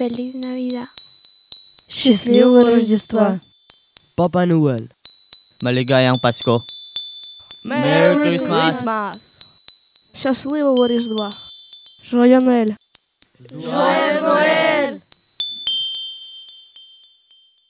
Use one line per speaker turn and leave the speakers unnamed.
Feliz Navidad.
Щасливого Рождества!
Papa Noel.
Maligayang Pasko. Merry Christmas!
Щасливого Різдва! Жоя Нель!
Joyeux Noël